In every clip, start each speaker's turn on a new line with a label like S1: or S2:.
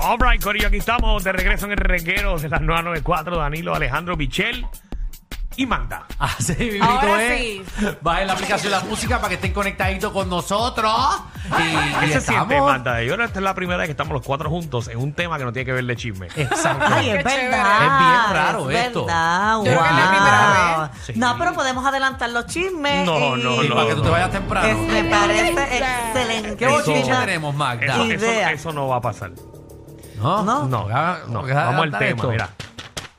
S1: All right, Corillo, aquí estamos de regreso en el reguero de las 994, Danilo, Alejandro, Michel y Magda.
S2: Así mismo
S3: Ahora
S2: es. Bajen la aplicación de la música para que estén conectaditos con nosotros. Y,
S1: Ah, ¿Qué
S2: y
S1: se siente,
S2: estamos.
S1: Magda? Yo creo que esta es la primera vez que estamos los cuatro juntos en un tema que no tiene que ver de chisme.
S2: Exacto.
S4: Ay, es
S3: Qué chévere.
S4: verdad.
S2: Es bien raro
S4: es
S2: esto.
S4: Verdad.
S3: Yo creo que es la
S4: wow.
S3: primera
S1: vez. Sí.
S4: No, pero podemos adelantar los chismes.
S1: Ah, No,
S4: y-
S1: no,
S2: Y para que tú te vayas
S4: Es-
S2: temprano.
S4: me parece
S3: Excelente.
S4: excelente.
S2: ¿Qué
S1: Eso-
S2: bochinche Ah. tenemos, Magda?
S1: Eso, eso-
S4: Idea.
S1: eso no va a pasar.
S2: No,
S4: No.
S1: No,
S2: Ah,
S1: no.
S2: porque
S1: Vamos al
S2: adelantar
S1: tema,
S2: esto.
S1: mira.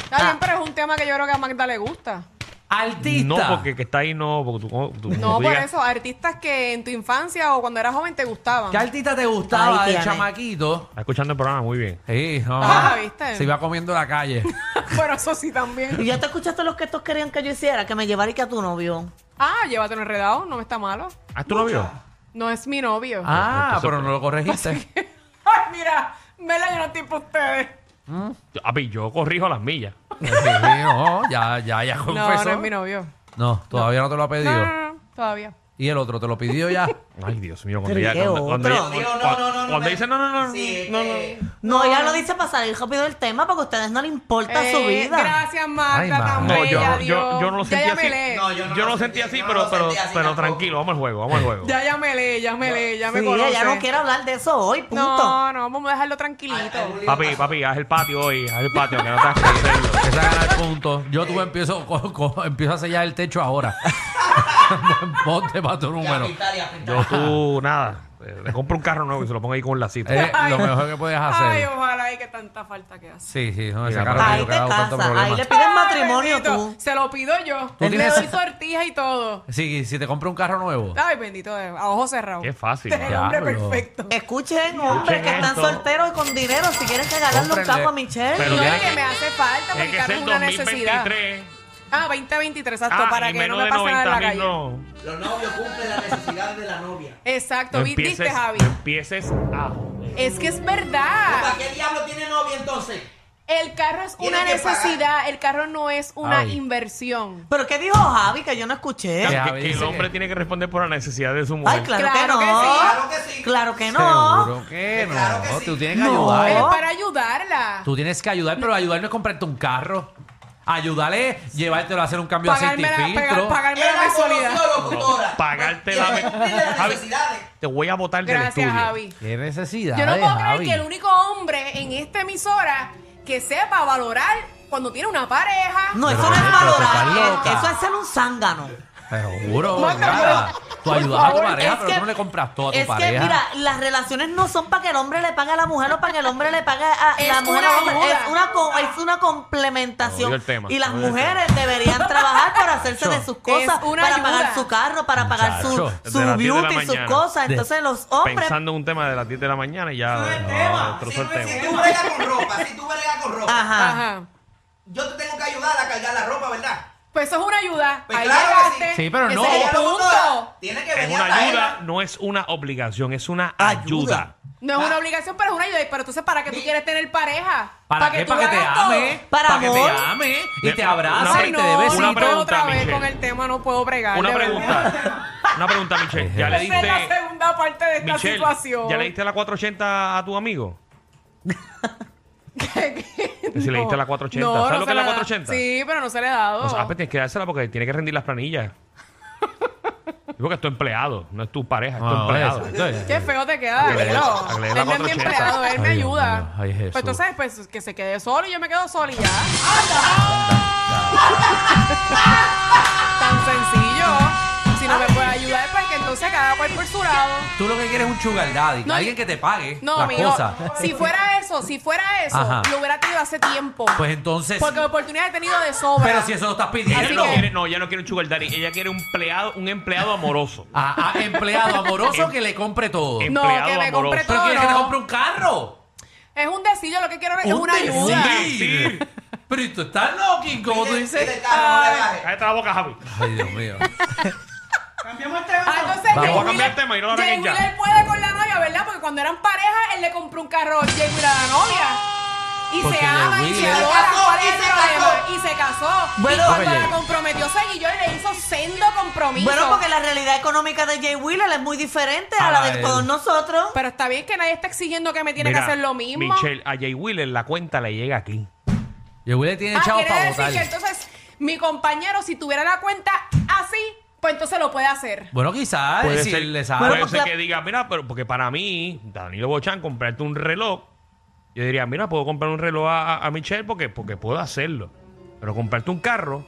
S3: Está bien, pero es un tema que yo creo que a Magda le gusta.
S2: Artista.
S1: No, porque que está ahí no, porque tú, tú-
S3: No,
S1: tú
S3: por
S1: digas-
S3: eso, artistas que en tu infancia o cuando eras joven te gustaban.
S2: ¿Qué artista te gustaba
S4: Ay,
S2: de
S4: tiene.
S2: chamaquito?
S1: Está escuchando el programa muy bien.
S2: Sí, no.
S3: Ah, ¿viste?
S2: Se iba comiendo la calle.
S3: Bueno, eso sí también.
S4: Y ya te escuchaste los que estos querían que yo hiciera, que me llevara y que a tu novio.
S3: Ah, llévatelo enredado, no está malo.
S1: ¿Ah, tú lo vio?
S3: No es mi novio.
S2: Ah,
S1: Entonces,
S2: pero no lo corregiste.
S3: Ay, mira, vela, yo no estoy por ustedes.
S1: Papi, yo corrijo las millas.
S2: Sí, no, ya, ya, ya
S3: No,
S2: confesó.
S3: no es mi novio.
S2: No, todavía no te lo ha
S3: No,
S2: pedido.
S3: no, no, todavía.
S2: Y el otro te lo pidió ya.
S1: Ay, Dios mío, cuando ya.
S4: Pero ¿y qué
S1: Cuando, cuando,
S4: otro?
S1: ya-
S4: Digo,
S1: cuando- cuando dice no, no, no. no, no.
S4: No, ella lo dice para salir rápido del tema porque a ustedes no les importa su
S3: Eh,
S4: vida.
S3: Gracias, Magda,
S2: Ay,
S3: tan
S2: Magda.
S1: No, yo,
S3: bella,
S1: yo,
S3: Dios.
S1: yo no lo
S3: Ya
S1: sentí así.
S3: llámele.
S1: yo no, lo sentí así, pero, pero, pero tranquilo, vamos al juego, vamos al juego.
S3: Ya llámele, llámele, ya me
S4: Sí,
S3: conoce.
S4: ella no quiere hablar de eso hoy, punto.
S3: No, no, vamos a dejarlo tranquilito.
S2: Ah,
S1: Papi, papi, haz el patio hoy, haz el patio, que no te hagas hacerlo.
S2: Empieza a ganar puntos. Yo tú empiezo, co- co- empiezo a sellar el techo ahora. Ponte para tu número.
S1: Yo tú, nada, eh, le compro un carro nuevo y se lo pongo ahí con un lacito.
S3: Eh,
S2: Es Eh, lo mejor que puedes
S3: Ay, oh.
S2: hacer.
S3: ojalá y que tanta falta que hace.
S2: Sí, sí, no,
S1: Mira,
S2: esa cara
S4: Ahí
S2: que
S4: te
S2: ha dado tanto
S4: casa, ahí
S2: problema.
S4: le piden
S3: Ay,
S4: matrimonio
S3: bendito,
S4: tú.
S3: Se lo pido yo.
S2: Tú
S3: Le
S2: tienes-
S3: doy sortija y todo.
S2: Sí, si te compro un carro nuevo.
S3: Ay, bendito, eh, a ojos cerrados.
S1: Qué fácil.
S3: Este es el
S1: ya.
S3: hombre
S2: diablo.
S3: perfecto.
S4: Escuchen, hombres que están
S1: esto.
S4: solteros y con dinero, si quieren regalarle un
S2: Cómprenle.
S4: carro a Michelle.
S1: Pero
S3: no,
S1: ya-
S3: es que me hace
S1: Tiene
S3: falta porque
S1: que
S3: carro es
S1: ser
S3: una necesidad.
S1: 2023.
S3: Ah, 2023, exacto,
S1: Ah,
S3: para
S1: y
S3: que no
S1: menos
S3: me
S1: de
S3: pase nada en la
S1: 90
S3: calle.
S1: mil no.
S5: Los novios cumplen la necesidad de la novia.
S3: Exacto,
S1: No
S3: vi- viste,
S1: empieces,
S3: Javi.
S1: no empieces a joder.
S3: Es que es
S5: ¿Para
S3: verdad.
S5: qué diablo tiene novia entonces?
S3: El carro es
S5: Tiene
S3: una
S5: que pagar.
S3: necesidad, el carro no es una
S2: Ay.
S3: inversión.
S4: ¿Pero qué dijo Javi que yo no escuché?
S2: Ya,
S1: Que-
S2: Javi
S1: que el
S2: dice
S1: hombre
S2: que-
S1: tiene que responder por la necesidad de su mujer.
S4: Ay, claro,
S3: Claro
S4: que
S3: que
S4: no.
S3: sí,
S5: claro que sí.
S4: Claro que no.
S2: Seguro que no.
S5: Claro que sí.
S2: Tú tienes que
S4: No.
S5: Ah.
S2: ayudar.
S3: Es para ayudarla.
S2: Tú tienes que ayudar, pero ayudar no es comprarte un carro. Ayudarle, llevártelo a hacer un cambio
S3: Pagarme
S2: de
S3: la,
S2: aceite y
S3: pagar-
S2: filtro.
S3: pagarme la
S5: Era
S3: mensualidad.
S5: sociólogo, doctora.
S1: Pagarte
S5: Tiene
S1: la-
S5: que cumplir las
S1: Javi.
S5: necesidades.
S1: Te voy a botar del
S3: Gracias,
S1: estudio.
S3: Javi.
S2: Qué necesidad.
S3: Yo no puedo creer
S2: Javi?
S3: que el único hombre en esta emisora que sepa valorar cuando tiene una pareja.
S4: No, eso
S2: Pero,
S4: no es
S2: pero, pero, estás
S4: valorar.
S2: loca.
S4: Eso es ser un zángano.
S2: Pero juro,
S3: Magda,
S2: nada. Tú ayudas a tu
S3: favor,
S2: pareja,
S4: es
S2: pero
S4: que-
S2: tú no le compras todo a tu
S4: Es
S2: pareja.
S4: que, mira, las relaciones no son para que el hombre le pague a la mujer o para que el hombre le pague a
S3: Es
S4: la mujer.
S3: una
S4: al hombre.
S3: ayuda.
S4: Es, una, co- es una
S1: No,
S4: complementación.
S1: digo el tema,
S4: y las
S1: no digo el
S4: mujeres deberían trabajar para hacerse de sus cosas,
S3: Es una
S4: para
S3: ayuda.
S4: pagar su carro, para pagar su,
S2: Muchacho,
S4: su
S1: de las 10 de la
S4: beauty, sus
S1: mañana.
S4: cosas.
S2: De-
S4: Entonces, los hombres.
S1: Pensando en un tema de las 10 de la mañana y ya
S5: No es
S1: no,
S2: Ah,
S5: tema.
S1: destrozó
S5: Si,
S1: el
S5: no- si
S1: tema.
S5: tú bregas con ropa, si tú bregas con ropa,
S4: Ajá.
S3: Ajá.
S5: yo te tengo que ayudar a cargar la ropa, ¿verdad?
S3: Pues eso es una ayuda.
S5: Pues
S3: Ahí
S5: claro que
S3: llegaste.
S2: sí. Sí, pero
S3: Ese
S2: no.
S3: es el
S5: Ella,
S3: punto.
S5: doctora, Tiene que
S1: Es
S5: venir
S1: una
S5: a traer-
S1: ayuda, no es una obligación, es una ayuda.
S3: No es una obligación, pero es una ayuda. Pero entonces, ¿para qué tú quieres tener pareja?
S2: ¿Para, qué?
S3: tú
S2: Para que te
S3: hagas todo.
S2: ame.
S4: Para
S2: Para que te
S4: amor.
S2: ame. Y
S1: De-
S2: te abrace
S1: una
S3: Ay,
S2: y
S3: no,
S2: te dé
S3: no
S2: besito.
S1: una
S3: puedo
S1: pregunta,
S3: otra vez
S1: Michelle.
S3: con el tema, no puedo bregar.
S1: Una
S3: de verdad.
S1: pregunta. Una pregunta, Michelle. Ya le
S3: Esa es la
S1: diste.
S3: segunda parte de esta
S1: Michelle,
S3: situación.
S1: ¿ya le diste la 480 a tu amigo? Que si le diste la 480.
S3: No,
S1: ¿Sabes
S3: no
S1: lo que es
S3: se
S1: la
S3: he dado.
S1: 480?
S3: Sí, pero no se le ha dado.
S1: O sea, pues, tienes que dársela porque tiene que rendir las planillas. Es porque es tu empleado, no es tu pareja, es tu
S2: No,
S1: empleado.
S2: exacto, es-
S3: Qué feo te queda,
S1: A que le dé-
S3: Danilo.
S1: a que le dé
S3: Él
S1: la
S3: no es mi
S1: 480.
S3: empleado, él me
S2: Ay, Dios
S3: ayuda.
S2: mío, ay, Jesús.
S3: Pues entonces, pues que se quede solo y yo me quedo solo y ya. Tan sencillo. Si no me puede ayudar porque entonces cada cual por su lado.
S6: Tú lo que quieres es un sugar daddy,
S3: No,
S6: alguien que te pague
S3: No,
S6: las
S3: amigo.
S6: cosas.
S3: Si fuera eso, si fuera eso,
S6: Ajá.
S3: lo hubiera tenido hace tiempo.
S6: Pues entonces,
S3: porque oportunidades he tenido de sobra.
S6: pero si eso lo estás
S1: Ella
S3: Así
S6: pidiendo.
S1: no,
S3: que-
S1: quiere, no, ella no quiere un sugar daddy, ella quiere un empleado, un empleado amoroso.
S2: A, a empleado amoroso que le compre todo.
S1: Em-
S3: no,
S1: empleado
S3: que me
S1: amoroso.
S3: compre
S6: Pero
S3: todo.
S6: quieres que te
S3: no.
S6: compre un carro.
S3: Es un decillo, lo que quiero es
S6: Un
S3: una ayuda.
S6: decir. Pero ¿y tú estás loco, como tú
S5: Ese
S6: dices.
S5: carro, no le bajes.
S1: Cállate la boca, Javi.
S6: Ay, Dios mío.
S5: Cambiamos el
S3: Ah, entonces
S2: Vamos
S3: Jay
S2: a
S1: cambiar
S3: Wheeler-
S1: el tema y no lo hagan
S3: Jay
S1: ya.
S3: Wheeler puede con la novia, ¿verdad? Porque cuando eran pareja, él le compró un carro a Jay Wheeler a la novia. Y
S2: Porque
S3: se
S2: Jay
S3: aman y se
S2: Wheeler-
S3: adoran.
S5: Se casó,
S3: ¿Cuál es
S5: y
S3: el
S5: se
S3: problema?
S5: casó.
S3: Y se casó.
S4: Bueno,
S3: y cuando
S2: oye.
S3: la comprometió, se guilló y le hizo sendo compromiso.
S4: Bueno, porque la realidad económica de Jay Wheeler es muy diferente a
S6: Ah,
S4: la de
S6: él.
S4: todos nosotros.
S3: Pero está bien que nadie está exigiendo que me tiene
S1: Mira,
S3: que hacer lo mismo. Ah,
S1: Michelle, a Jay Wheeler la cuenta le llega aquí.
S2: Y el Willy tiene
S3: Ah,
S2: chavo
S3: quiere
S2: para
S3: decir
S2: votar.
S3: que entonces mi compañero, si tuviera la cuenta así, pues entonces lo puede hacer.
S2: Bueno, quizás.
S1: Puede
S2: si
S1: ser,
S2: le sabe.
S4: Ah, Bueno,
S1: puede
S4: porque
S1: ser
S4: la-
S1: que diga, mira, pero porque para mí, Danilo Bochan, comprarte un reloj, yo diría, mira, puedo comprar un reloj a, a- a Michelle porque, porque puedo hacerlo. Pero comprarte un carro,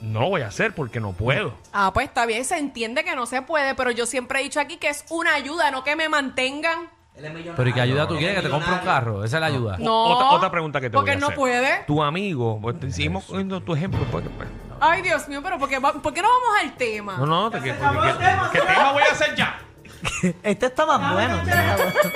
S1: no lo voy a hacer porque no puedo.
S3: Ah, pues está bien, se entiende que no se puede, pero yo siempre he dicho aquí que es una ayuda, no que me mantengan.
S2: Pero ¿y qué ayuda tú quieres? Que te compre un carro. Esa es la ayuda.
S1: O-
S3: No,
S1: otra, otra pregunta que te
S3: porque
S1: voy a
S3: no
S1: hacer.
S3: puede.
S1: Tu amigo, pues, te- seguimos poniendo tu ejemplo. porque, pues,
S3: Ay, Dios mío, pero ¿por qué, va- por qué no vamos al tema?
S1: no, no, te, que, porque- ¿qué tema voy a hacer ya?
S4: Este está más bueno.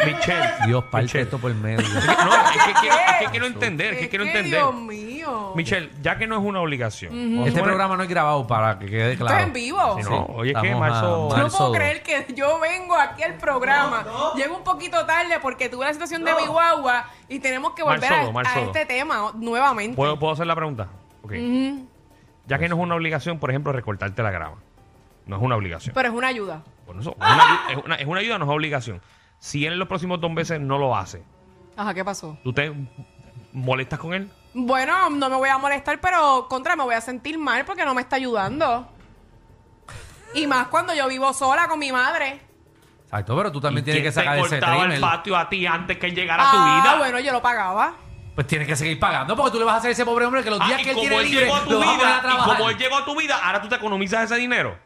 S1: Michelle.
S2: Dios, parte
S1: Michelle.
S2: esto por medio.
S1: No, es que quiero, es que quiero entender, es que
S3: Es
S1: quiero
S3: que,
S1: entender.
S3: Dios mío.
S1: Michelle, ya que no es una obligación,
S2: Este programa no es grabado para que quede
S3: Esto es
S2: claro.
S3: en vivo.
S1: Si
S2: Sí,
S1: no, oye, es que
S2: estamos a
S1: marzo-
S3: Yo no
S2: marzo
S3: puedo
S2: dos.
S3: creer que yo vengo aquí al programa. Llego un poquito tarde porque tuve la situación de mi guagua y tenemos que volver
S1: Marzo
S3: a-
S1: dos,
S3: a,
S1: marzo
S3: este
S1: dos.
S3: tema nuevamente.
S1: ¿Puedo, ¿Puedo hacer la pregunta? Ok. Ya que no es una obligación, por ejemplo, recortarte la grama. No es una obligación.
S3: Pero es una ayuda.
S1: Por eso, es, una, es una- es una ayuda, no es obligación. Si él en los próximos dos meses no lo hace,
S3: Ajá, ¿qué pasó?
S1: ¿tú te molestas con él?
S3: Bueno, no me voy a molestar, pero contra me voy a sentir mal porque no me está ayudando. Y más cuando yo vivo sola con mi madre.
S2: Exacto, pero tú también
S1: ¿Y
S2: tienes
S1: quién
S2: que sacar
S1: te
S2: ese
S1: cortaba el
S2: trimmer.
S1: patio a ti antes que él llegara
S3: ah,
S1: a tu vida.
S3: bueno, yo lo pagaba.
S2: Pues tienes que seguir pagando porque tú le vas a hacer a ese pobre hombre que los
S1: Ah,
S2: días
S1: y
S2: que él
S1: como
S2: tiene
S1: él
S2: libre
S1: llegó a tu
S2: los va a poner a
S1: vida, y
S2: trabajar.
S1: como él llegó a tu vida, ahora tú te economizas ese dinero.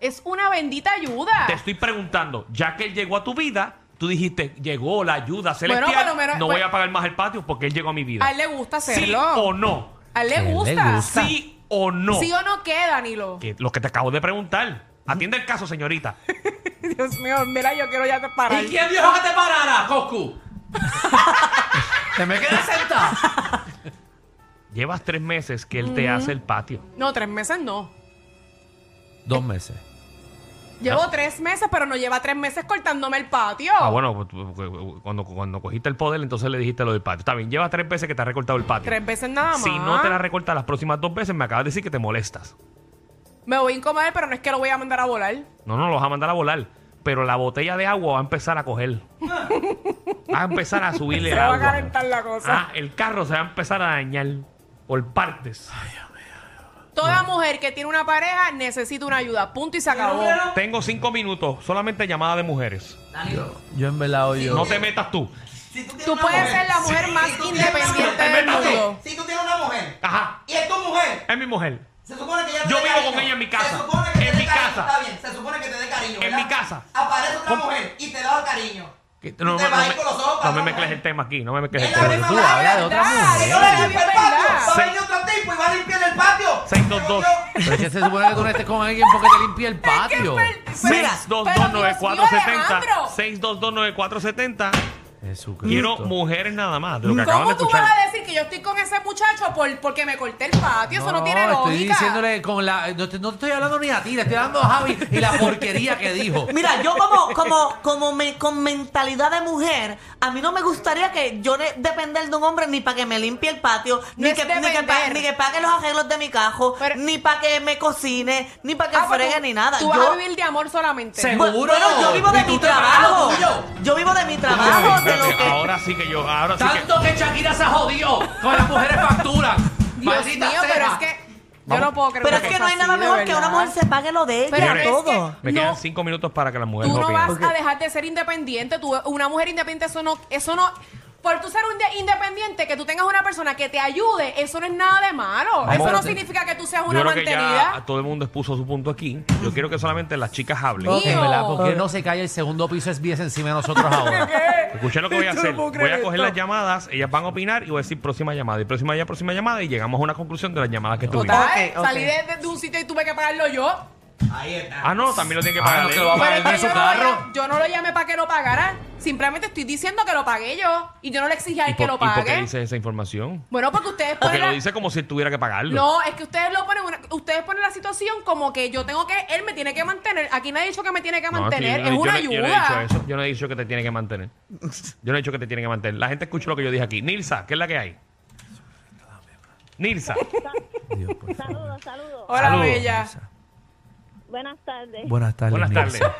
S3: Es una bendita ayuda.
S1: Te estoy preguntando, ya que él llegó a tu vida, tú dijiste, llegó la ayuda celestial,
S3: por lo menos-
S1: no
S3: pues-
S1: voy a pagar más el patio porque él llegó a mi vida.
S3: A él le gusta
S1: sí
S3: hacerlo.
S1: o no.
S3: A él le
S2: A él le
S3: gusta.
S2: gusta.
S1: Sí o no.
S3: ¿Sí o no qué, Danilo?
S1: Que lo que te acabo de preguntar. Atiende el caso, señorita.
S3: Dios mío, mira, yo quiero ya parar.
S6: ¿Y quién dijo que te parara, Coscu?
S2: Te me quedas sentado.
S1: Llevas tres meses que él te hace el patio.
S3: No, tres meses no.
S2: Dos meses.
S3: Llevo tres meses, pero no lleva tres meses cortándome el patio.
S1: Ah, bueno, pues, tú, cu- cuando, cuando cogiste el poder, entonces le dijiste lo del patio. Está bien, llevas tres veces que te ha recortado el patio.
S3: Tres veces nada más.
S1: Si no te la recortas las próximas dos veces, me acabas de decir que te molestas.
S3: Me voy a incomodar, pero no es que lo voy a mandar a volar.
S1: No, no, lo vas a mandar a volar. Pero la botella de agua va a empezar a coger. Va a empezar a subirle
S3: Se
S1: el
S3: va a
S1: agua.
S3: calentar la cosa.
S1: Ah, el carro se va a empezar a dañar por partes. Ah,
S3: Toda mujer que tiene una pareja necesita una ayuda. Punto y se acabó.
S1: Tengo cinco minutos, solamente llamada de mujeres.
S2: Yo en verdad hoy
S1: No te metas tú.
S5: Si tú, tienes
S3: Tú
S5: una
S3: puedes
S5: mujer-
S3: ser la mujer
S5: si
S3: más
S5: tú tienes una
S3: independiente
S5: mujer-
S3: del
S5: espérate,
S3: mundo.
S5: Si tú tienes una mujer
S1: Ajá,
S5: y es tu mujer,
S1: es mi mujer.
S5: se supone que ya te
S1: Yo
S5: dé
S1: vivo
S5: cariño.
S1: con ella en mi
S5: Se
S1: casa.
S5: supone que te
S1: En
S5: dé
S1: mi
S5: cariño,
S1: casa.
S5: Está bien, se supone que te dé cariño.
S1: En
S5: ¿verdad?
S1: mi casa.
S5: Aparece otra
S1: ¿Cómo?
S5: mujer y te da cariño.
S1: Que-
S5: Tú te vas a ir con los ojos para
S1: no me
S5: otra
S1: mezcles
S5: mujer.
S1: el tema aquí, no me mezcles
S5: Es
S1: el
S5: la
S1: tema.
S5: misma
S2: tú hablas de otra
S5: verdad.
S2: mujer.
S5: Si no le limpia el patio,
S3: ¿Verdad?
S5: va a venir otro tipo y va a limpiar el patio.
S1: 622.
S2: Pero es que se supone que tú no estés con alguien porque te limpia el patio.
S4: Mira,
S3: Alejandro.
S1: 6229470 6229470
S2: Jesucristo.
S1: Quiero mujeres nada más de lo que acaban de
S3: ¿Cómo tú
S1: escuchar.
S3: vas a decir que yo estoy con ese muchacho por, porque me corté el patio? Eso no tiene lógica.
S2: estoy diciéndole con la. No te, no te estoy hablando ni a ti, te estoy hablando a Javi y la porquería que dijo.
S4: Mira, yo como, como, como me- con mentalidad de mujer, a mí no me gustaría que yo ne- depender de un hombre ni para que me limpie el patio,
S3: No
S4: ni,
S3: es
S4: que, ni, que pa-
S3: depender.
S4: ni que pague los arreglos de mi cajo,
S3: Pero-
S4: ni para que me cocine, ni para que
S3: Ah, pues
S4: fregue,
S3: tú-
S4: ni nada.
S3: Tú
S4: yo,
S3: vas a vivir de amor solamente.
S2: Se-
S4: Bu-
S2: Seguro.
S4: Bueno, yo vivo
S2: Y
S4: de
S2: tú
S4: mi
S2: te pagas lo
S4: trabajo.
S2: tuyo.
S4: Yo vivo de mi
S1: Ay,
S4: trabajo, de lo
S1: espérate,
S4: que...
S1: Ahora sí que yo, ahora sí que.
S2: Tanto que Shakira se ha jodido con las mujeres facturan.
S3: Dios
S2: Maldita
S3: mío,
S2: sea.
S3: pero es que yo no puedo creer
S4: Pero es
S3: una
S4: que
S3: cosa
S4: no hay nada
S3: así, de
S4: mejor que una
S3: verdad.
S4: mujer se pague lo de ella,
S3: Pero es
S4: todo.
S3: que-
S1: Me quedan
S3: este, No.
S1: cinco minutos para que las mujeres
S3: Tú no
S1: opinen.
S3: vas a dejar de ser independiente. Tú, una mujer independiente, eso no, eso no. por tú ser un de- independiente, que tú tengas una persona que te ayude, eso no es nada de malo.
S2: Vamos,
S3: eso no
S2: espérate.
S3: significa que tú seas
S1: Yo
S3: una
S1: creo que ya
S3: mantenida.
S1: todo el mundo expuso su punto aquí. Yo quiero que solamente las chicas hablen.
S3: Ok.
S2: En verdad, porque no se cae el segundo piso es 10 encima de nosotros ahora.
S1: Escucha lo que voy a hacer. Voy a coger las llamadas, ellas van a opinar y voy a decir próxima llamada y próxima llamada, próxima llamada y llegamos a una conclusión de las llamadas que tuvimos.
S3: Total,
S4: Ok, ok.
S3: salí de, de- de un sitio y tuve que pagarlo yo.
S5: Ahí está.
S1: Ah, no, también lo tiene que
S6: Ah,
S1: pagar.
S6: no,
S1: él.
S6: que lo va a pagar
S3: Pero
S6: él
S3: es
S6: de
S3: que
S6: su
S3: yo, no lo
S6: carro.
S3: llam- yo no lo llamé para que lo pagara. Simplemente estoy diciendo que lo pagué yo y yo no le exigí a
S1: ¿Y
S3: él que
S1: por,
S3: lo
S1: y por qué
S3: pague.
S1: dices esa información?
S3: Bueno, porque ustedes
S1: Porque
S3: ponen
S1: lo
S3: la-
S1: dice como si él tuviera que pagarlo.
S3: No, es que ustedes lo ponen una- ustedes ponen la situación como que yo tengo que él me tiene que mantener. Aquí nadie ha dicho que me tiene que
S1: No,
S3: mantener,
S1: sí,
S3: es
S1: yo
S3: una
S1: no- Yo no he dicho
S3: ayuda.
S1: eso. Yo no he dicho que te tiene que mantener. Yo no he dicho que te tiene que mantener. La gente escucha lo que yo dije aquí. Nilsa, ¿qué es la que hay? Nilsa.
S6: Dios, por favor.
S7: Saludos, saludos.
S3: Hola,
S1: Saludos.
S3: bella.
S7: Buenas tardes.
S6: Buenas tardes.
S1: Buenas tardes.
S6: Nilsa.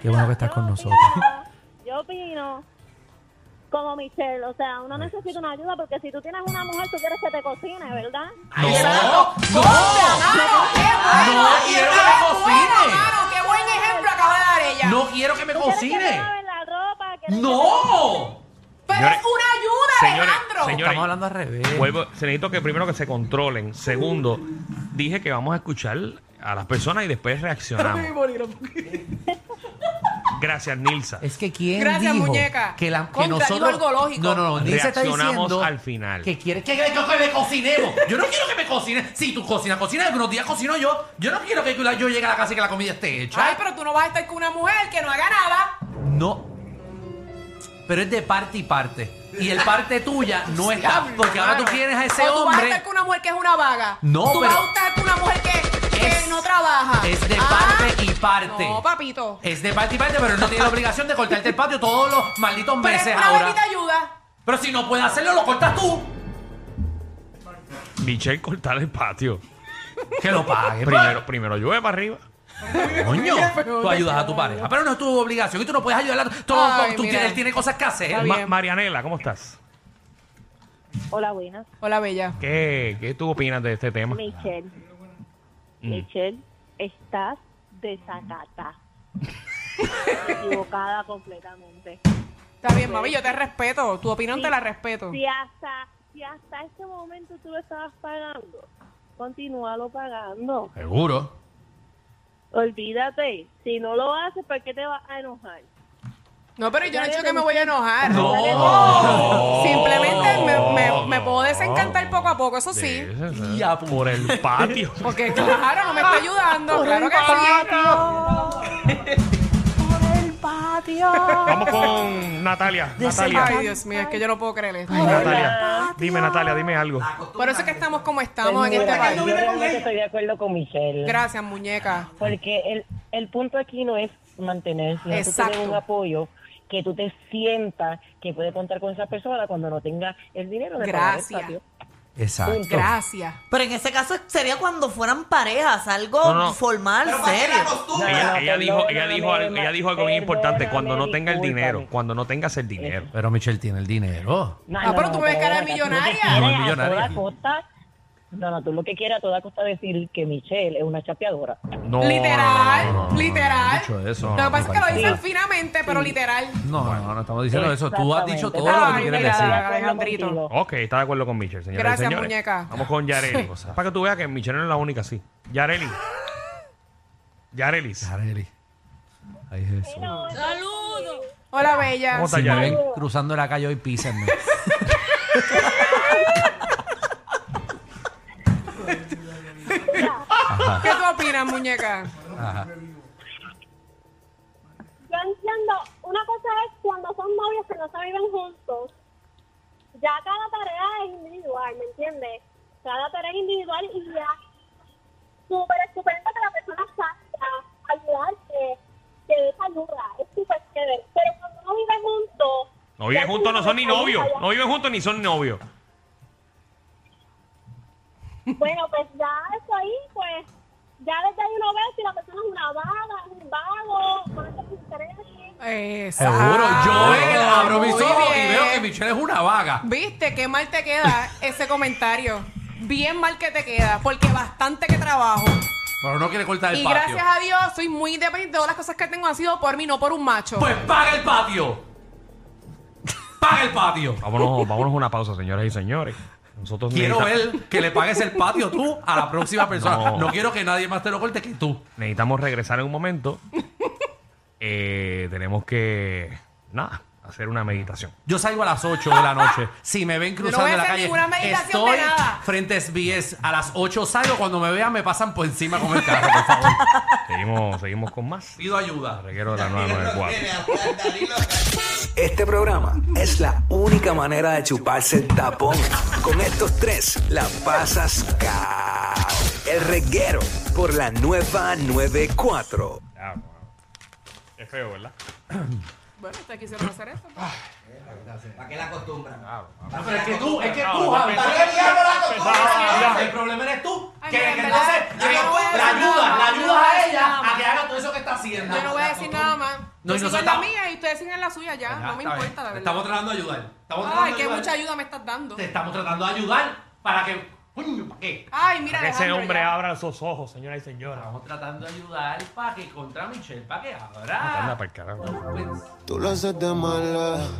S6: Qué bueno que estás con
S7: Yo
S6: nosotros.
S7: opino- Yo opino como Michelle, o sea, uno necesita una ayuda porque si tú tienes una mujer, tú quieres que te cocine, ¿verdad?
S6: Ah, No, no, no quiero que me cocine.
S3: Claro, qué buen ejemplo acaba de dar ella.
S6: No quiero que me
S7: Tú quieres que te
S6: cocine.
S7: laven la ropa. quieres
S6: No.
S3: Pero
S1: Señores,
S3: es una ayuda,
S1: señores,
S3: Alejandro.
S1: señores,
S6: Estamos hablando al revés.
S1: Vuelvo, se necesito que primero que se controlen. Segundo, dije que vamos a escuchar a las personas y después reaccionamos. Gracias, Nilsa.
S2: Es que quién
S3: Gracias,
S2: dijo
S3: muñeca.
S2: que, la, que
S3: Contra, dijo
S2: nosotros
S3: algo lógico.
S2: no no no Nilsa está
S1: Reaccionamos
S2: diciendo
S1: al final.
S2: que quiere
S6: ¿Qué
S2: que
S6: crees que que me cocinemos? Yo no quiero que me cocine. Si tú cocinas, cocina. Algunos días cocino yo. Yo no quiero que yo llegue a la casa y que la comida esté hecha.
S3: Ay, pero tú no vas a estar con una mujer que no haga nada.
S6: No. Pero es de parte y parte. Y el parte tuya no está.
S3: Diablo,
S6: Porque ahora tú
S3: mano.
S6: tienes a ese
S3: O tú vas a
S6: hombre.
S3: estar con una mujer que es una vaga.
S6: No,
S3: Tú
S6: pero-
S3: vas a estar con una mujer que, que
S6: Es-
S3: no trabaja.
S6: Es de
S3: Ah,
S6: parte y parte.
S3: No, papito.
S6: Es de parte y parte, pero él no tiene la obligación de cortarte el patio todos los malditos
S3: Pero
S6: meses
S3: es una
S6: ahora.
S3: bendita ayuda.
S6: Pero si no puedes hacerlo, lo cortas tú.
S1: Michelle, cortar el patio.
S6: Que lo pague
S1: Primero, primero llueve para arriba.
S6: Coño, tú ayudas a tu pareja, pero no es tu obligación y tú no puedes ayudar a tú, no-
S3: Ay,
S6: tú
S3: mira.
S6: tienes- él tiene cosas que hacer.
S3: Está
S1: Ma-
S3: bien.
S1: Marianela, ¿cómo estás?
S7: que- Hola, buenas.
S3: Hola, bella.
S1: ¿Qué, ¿Qué tú opinas de este tema?
S7: Michelle,
S1: Mm.
S7: Michelle, estás desacatada. Equivocada completamente.
S3: Está bien, mami, yo te respeto. Tu opinión te la respeto.
S7: Si hasta, si hasta este momento tú lo estabas pagando, continúalo pagando.
S2: seguro
S7: Olvídate, si no lo haces, ¿por qué te vas a enojar?
S3: No, pero yo no he dicho que me voy a enojar.
S6: No.
S2: Oh,
S3: Simplemente me, me- me
S1: Ah.
S3: puedo desencantar poco a poco, eso sí.
S6: Ya,
S1: por el patio.
S3: Porque claro, no me está ayudando. Claro que sí.
S1: Vamos con Natalia. Natalia.
S3: Ay, Dios mío, es que yo no puedo creer esto.
S1: Natalia. Dime, Natalia, dime algo.
S3: Por eso es que estamos como estamos en
S8: Mira,
S3: este país.
S5: no
S8: yo
S5: viene con
S8: realmente
S5: ella.
S8: estoy de acuerdo con Michelle.
S3: Gracias, muñeca.
S8: Porque el, el punto aquí no es mantenerse, sino tú
S3: Exacto.
S8: tienes un apoyo que tú te sientas que puedes contar con esa persona cuando no tenga el dinero de pagar el
S3: Gracias.
S8: patio.
S6: exacto.
S8: Punto.
S3: Gracias.
S4: Pero en ese caso sería cuando fueran parejas, algo
S1: No, no.
S4: formal,
S5: Pero para que
S4: serio.
S5: la costumbre.
S1: Ella,
S8: No,
S1: ella dijo, ella
S8: perdóname,
S1: dijo, algo- ella dijo algo bien
S8: perdóname,
S1: importante. Cuando no tenga el
S8: discúlpame.
S1: dinero, cuando no tengas el dinero.
S2: pero Michelle tiene el dinero
S8: No,
S3: Ah, pero tú me ves cara de
S8: acá tú lo que
S3: millonaria.
S8: quieres
S2: No, es
S8: a
S2: millonaria.
S8: toda costa- no, no, tú lo que quieres a toda costa decir que Michelle es una chapeadora.
S1: No,
S3: literal,
S1: no, no, no, no,
S3: literal.
S2: no he dicho eso,
S3: lo
S2: no,
S3: que pasa es que lo
S2: no,
S3: dicen finamente, pero literal.
S2: no no no estamos diciendo eso tú has dicho todo lo que tú
S3: Ay,
S2: quieres
S3: mira,
S2: decir
S3: Alejandrito.
S8: Contigo.
S1: no. Ok, está de acuerdo con Michelle, señoras y
S3: Gracias,
S1: señores.
S3: muñeca.
S1: Vamos con Yareli.
S2: Sí.
S1: Para que tú veas que Michelle no es la única, sí. Yareli. Yarelis.
S2: Areli. Ay, Jesús.
S7: Saludos.
S3: Hola, bella.
S1: ¿Cómo
S2: Si me ven
S1: Yareli?
S2: cruzando la calle hoy, písenme.
S3: ¿Qué tú opinas, muñeca?
S2: Ajá.
S7: Yo entiendo, una cosa es cuando son novios que no se viven juntos, ya cada tarea es individual, ¿me entiendes? Cada tarea es individual y ya súper estupendo que la persona salga a ayudarte, que dé esa ayuda, es súper chévere, pero cuando no viven juntos...
S1: No viven
S7: ya
S1: juntos, no son ni
S7: ayuda,
S1: novios.
S7: ya-
S1: No viven juntos ni son novios.
S7: Bueno, pues ya eso ahí, pues, ya desde ahí uno ve si la persona es una vaga, es un vago, con esos intereses...
S3: Exacto.
S2: Seguro. Yo eh, abro mis
S3: Muy
S2: ojos y
S3: bien.
S2: veo que Michelle es una vaga.
S3: Viste, qué mal te queda ese comentario. Bien mal que te queda, porque bastante que trabajo.
S2: Pero no quiere cortar el
S3: y
S2: patio.
S3: gracias a Dios, soy muy
S2: Pues-
S3: independiente. Todas las cosas que tengo han sido por mí, no por un macho.
S6: Pues paga el patio. Paga
S2: pague el patio.
S1: Vámonos, vámonos a una pausa, señoras y señores. Nosotros
S2: Quiero
S1: necesita-
S2: ver que le pagues el patio tú a la próxima persona.
S1: No.
S2: No, quiero que nadie más te lo corte que tú.
S1: necesitamos regresar en un momento. Eh, tenemos que, nada, hacer una meditación.
S2: Yo salgo a las 8 de la noche. Si me ven
S3: voy
S2: cruzando
S3: a
S2: la
S3: hacer
S2: calle,
S3: ninguna meditación
S2: estoy
S3: de nada.
S2: frente a SBS. A las 8 salgo. Cuando me vean, me pasan por encima con el carro, por favor.
S1: Seguimos, seguimos con más.
S2: Pido ayuda.
S1: Reguero de la
S9: Danilo no
S1: 994.
S9: quiere hablar, Danilo.
S5: Este programa es la única manera de chuparse el tapón. Con estos tres la pasas cao. El reguero por la nueva 94.
S1: Ah, bueno. Es feo, ¿verdad?
S3: Bueno, ustedes quisieron hacer esto. pues.
S9: ¿Para qué la acostumbran?
S2: Ah, No, pero es que tú, es que
S1: No,
S2: tú,
S1: no,
S2: Javi.
S1: no,
S9: ¿Para qué diablos la
S1: Empezaba,
S9: acostumbran?
S1: ya.
S2: El problema eres tú.
S3: Ay,
S2: Que,
S3: mira,
S2: que
S3: en
S2: entonces
S3: verdad, yo
S2: le-
S3: no voy a
S2: la
S3: decir nada
S2: ayudas, la
S3: más, yo no
S2: ayudas
S3: voy a
S2: a
S3: decir
S2: ella
S3: nada más.
S2: a que haga todo eso que está haciendo.
S3: Yo no voy a decir nada más.
S2: No, y
S3: yo sigo en
S2: nosotros
S3: la
S2: estamos- Pues
S3: mía y ustedes siguen en la suya ya.
S2: Ya,
S3: No me
S2: está bien.
S3: importa, la
S2: Te
S3: verdad.
S2: Estamos tratando de ayudar. Estamos
S3: Ay,
S2: tratando de
S3: qué
S2: ayudar.
S3: mucha ayuda me estás dando.
S2: Te estamos tratando de ayudar para que. Coño, ¿para qué?
S3: Ay, mira,
S1: Que ese
S3: Alejandro,
S1: hombre
S3: ya.
S1: abra sus ojos, señoras y señores.
S2: Estamos tratando de ayudar para que contra Michelle, para que
S1: Anda
S2: ahora.
S1: para el carajo.
S2: Pues,
S5: Tú lo haces de mala.